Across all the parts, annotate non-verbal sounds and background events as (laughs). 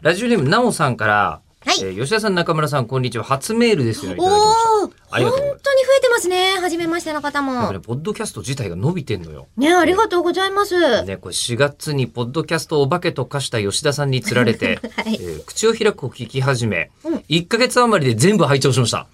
ラジオネームなおさんから、はいえー吉田さん中村さんこんにちは初メールですよいただきましたおおー、あ本当りにがと増うございますえてますね。初めましての方なんかもね。ポッドキャスト自体が伸びてんのよ。ね、ありがとうございます。ね、これ4月にポッドキャストお化けと化した吉田さんにつられて、 (laughs) はいえー口を開くを聞き始め、うん1ヶ月余りで全部拝聴しました。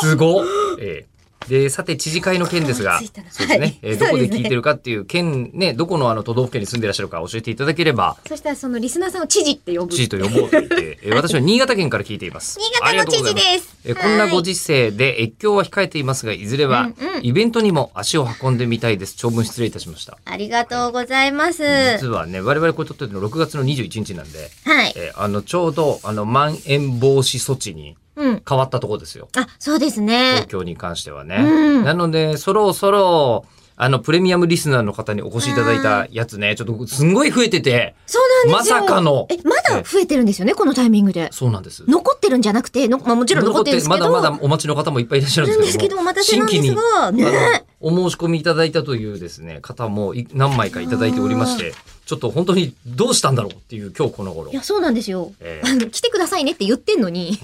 すごっ、えーで、さて、知事会の件ですが追いついた、なそうですね、はいえーどこそうでですね聞いてるかっていう県、ね、どこのあの都道府県に住んでらっしゃるか教えていただければ、そしたらそのリスナーさんを知事って呼ぶ。知事と呼ぼうと言って、えー私は新潟県から聞いています。 (laughs) 新あり潟がのとう知ござい事ま。ですす。えーこんなはいご時世で越境は控えていますが、いずれはうんうんイベントにも足を運んでみたいです。長文失礼いたしました。ありがとうございます。実はね、我々これ撮ってるの6月の21日なんで、はい。えーあの、ちょうど、あの、まん延防止措置にうん。変わったところですよ。あ、そうですね東。京に関してはね。うんなので、そろそろ、あの、プレミアムリスナーの方にお越しいただいたやつね、ちょっとすんごい増えてて、そうなんですよ。まさかのえ、まだ増えてるんですよね、このタイミングで。そうなんです。残ってるんじゃなくて、のまあもちろん残ってるんですけど。まだまだお待ちの方もいっぱいいらっしゃるんですけども。いるんですけどお待たせなんですが新規にねあのお申し込みいただいたというですね、方もい何枚かいただいておりまして、ちょっと本当にどうしたんだろうっていう今日この頃い。や、そうなんですよ。えあ (laughs) の来てくださいねって言ってんのに、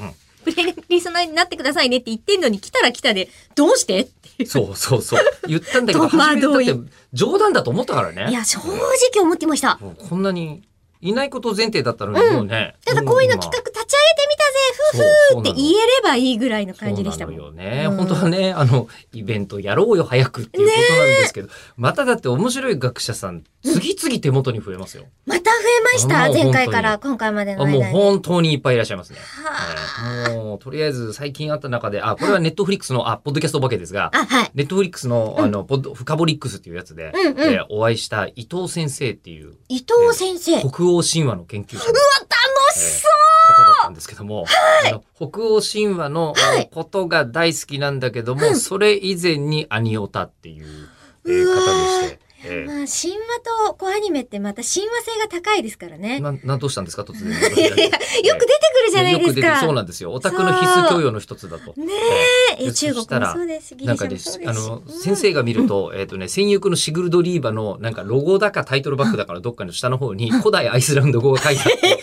プレ (laughs) リスナーになってくださいねって言ってんのに、来たら来たで、どうしてっていう。そうそうそう。言ったんだけど、戸惑い初めだって冗談だと思ったからね。いや、正直思ってました。もうこんなにいないこと前提だったのに、うんもうね。ただこういうの企画立ち上げてみたぜ、ふ画って言えればいいぐらいの感じでしたもん。そうなのよね、うん本当はね、あの、イベントやろうよ、早くっていうことなんですけど、まただって面白い学者さん、次々手元に増えますよ。また増えましあた、もう本当に前回から今回までのあもう間に。本当にいっぱいいらっしゃいますね。はええもう、とりあえず最近あった中で、あ、これはネットフリックスの、あ、ポッドキャストお化けですが、あ、はい。ネットフリックスの、あの、ポッド、フカボリックスっていうやつで、うんうんえーお会いした伊藤先生っていう、伊藤先生。うわ、北欧神話の研究者の楽えしーそう方だったんですけども、あの北欧神話のはいあのことが大好きなんだけども、うんそれ以前にアニオタっていう、えーうわ方でーして、えまあ、神話とこうアニメってまた親和性が高いですからー、ね。ななんどうしたんですか突然。いやいや、よく出てくるじゃないですよく出てか。そうなんですよ。オタクの必須教養の一つだと。ねえ、えーえ中そ国したらもそうです。ギなんかリシャです、もそうです。あの、うん先生が見ると、えっ、とね、戦友のシグルド・リーバの、なんかロゴだかタイトルバックだからどっかの下の方に、古代アイスランド語が書いてあって、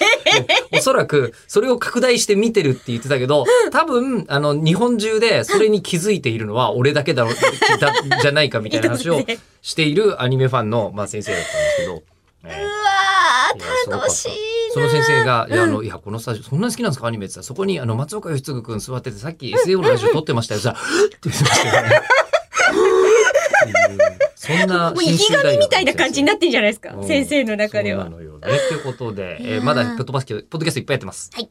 (laughs) でおそらく、それを拡大して見てるって言ってたけど、多分、あの、日本中でそれに気づいているのは俺だけだろ、だじゃないかみたいな (laughs) 話をしているアニメファンの、まあ先生だったんですけど、えーうわー、楽しいそな。の先生が、いや、あの、いや、このスタジオ、そんなに好きなんですかアニメってさ、そこに、あの、松岡義嗣くん座ってて、さっき SAO のラジオ撮ってましたよ、さ、って言ってました (laughs) よね。っていうそんな、もう生き神みたいな感じになってんじゃないですかう。ん先生の中でそはう。なのよね。ということで、えーまだポッドバスケ、ポッドキャストいっぱいやってます。はい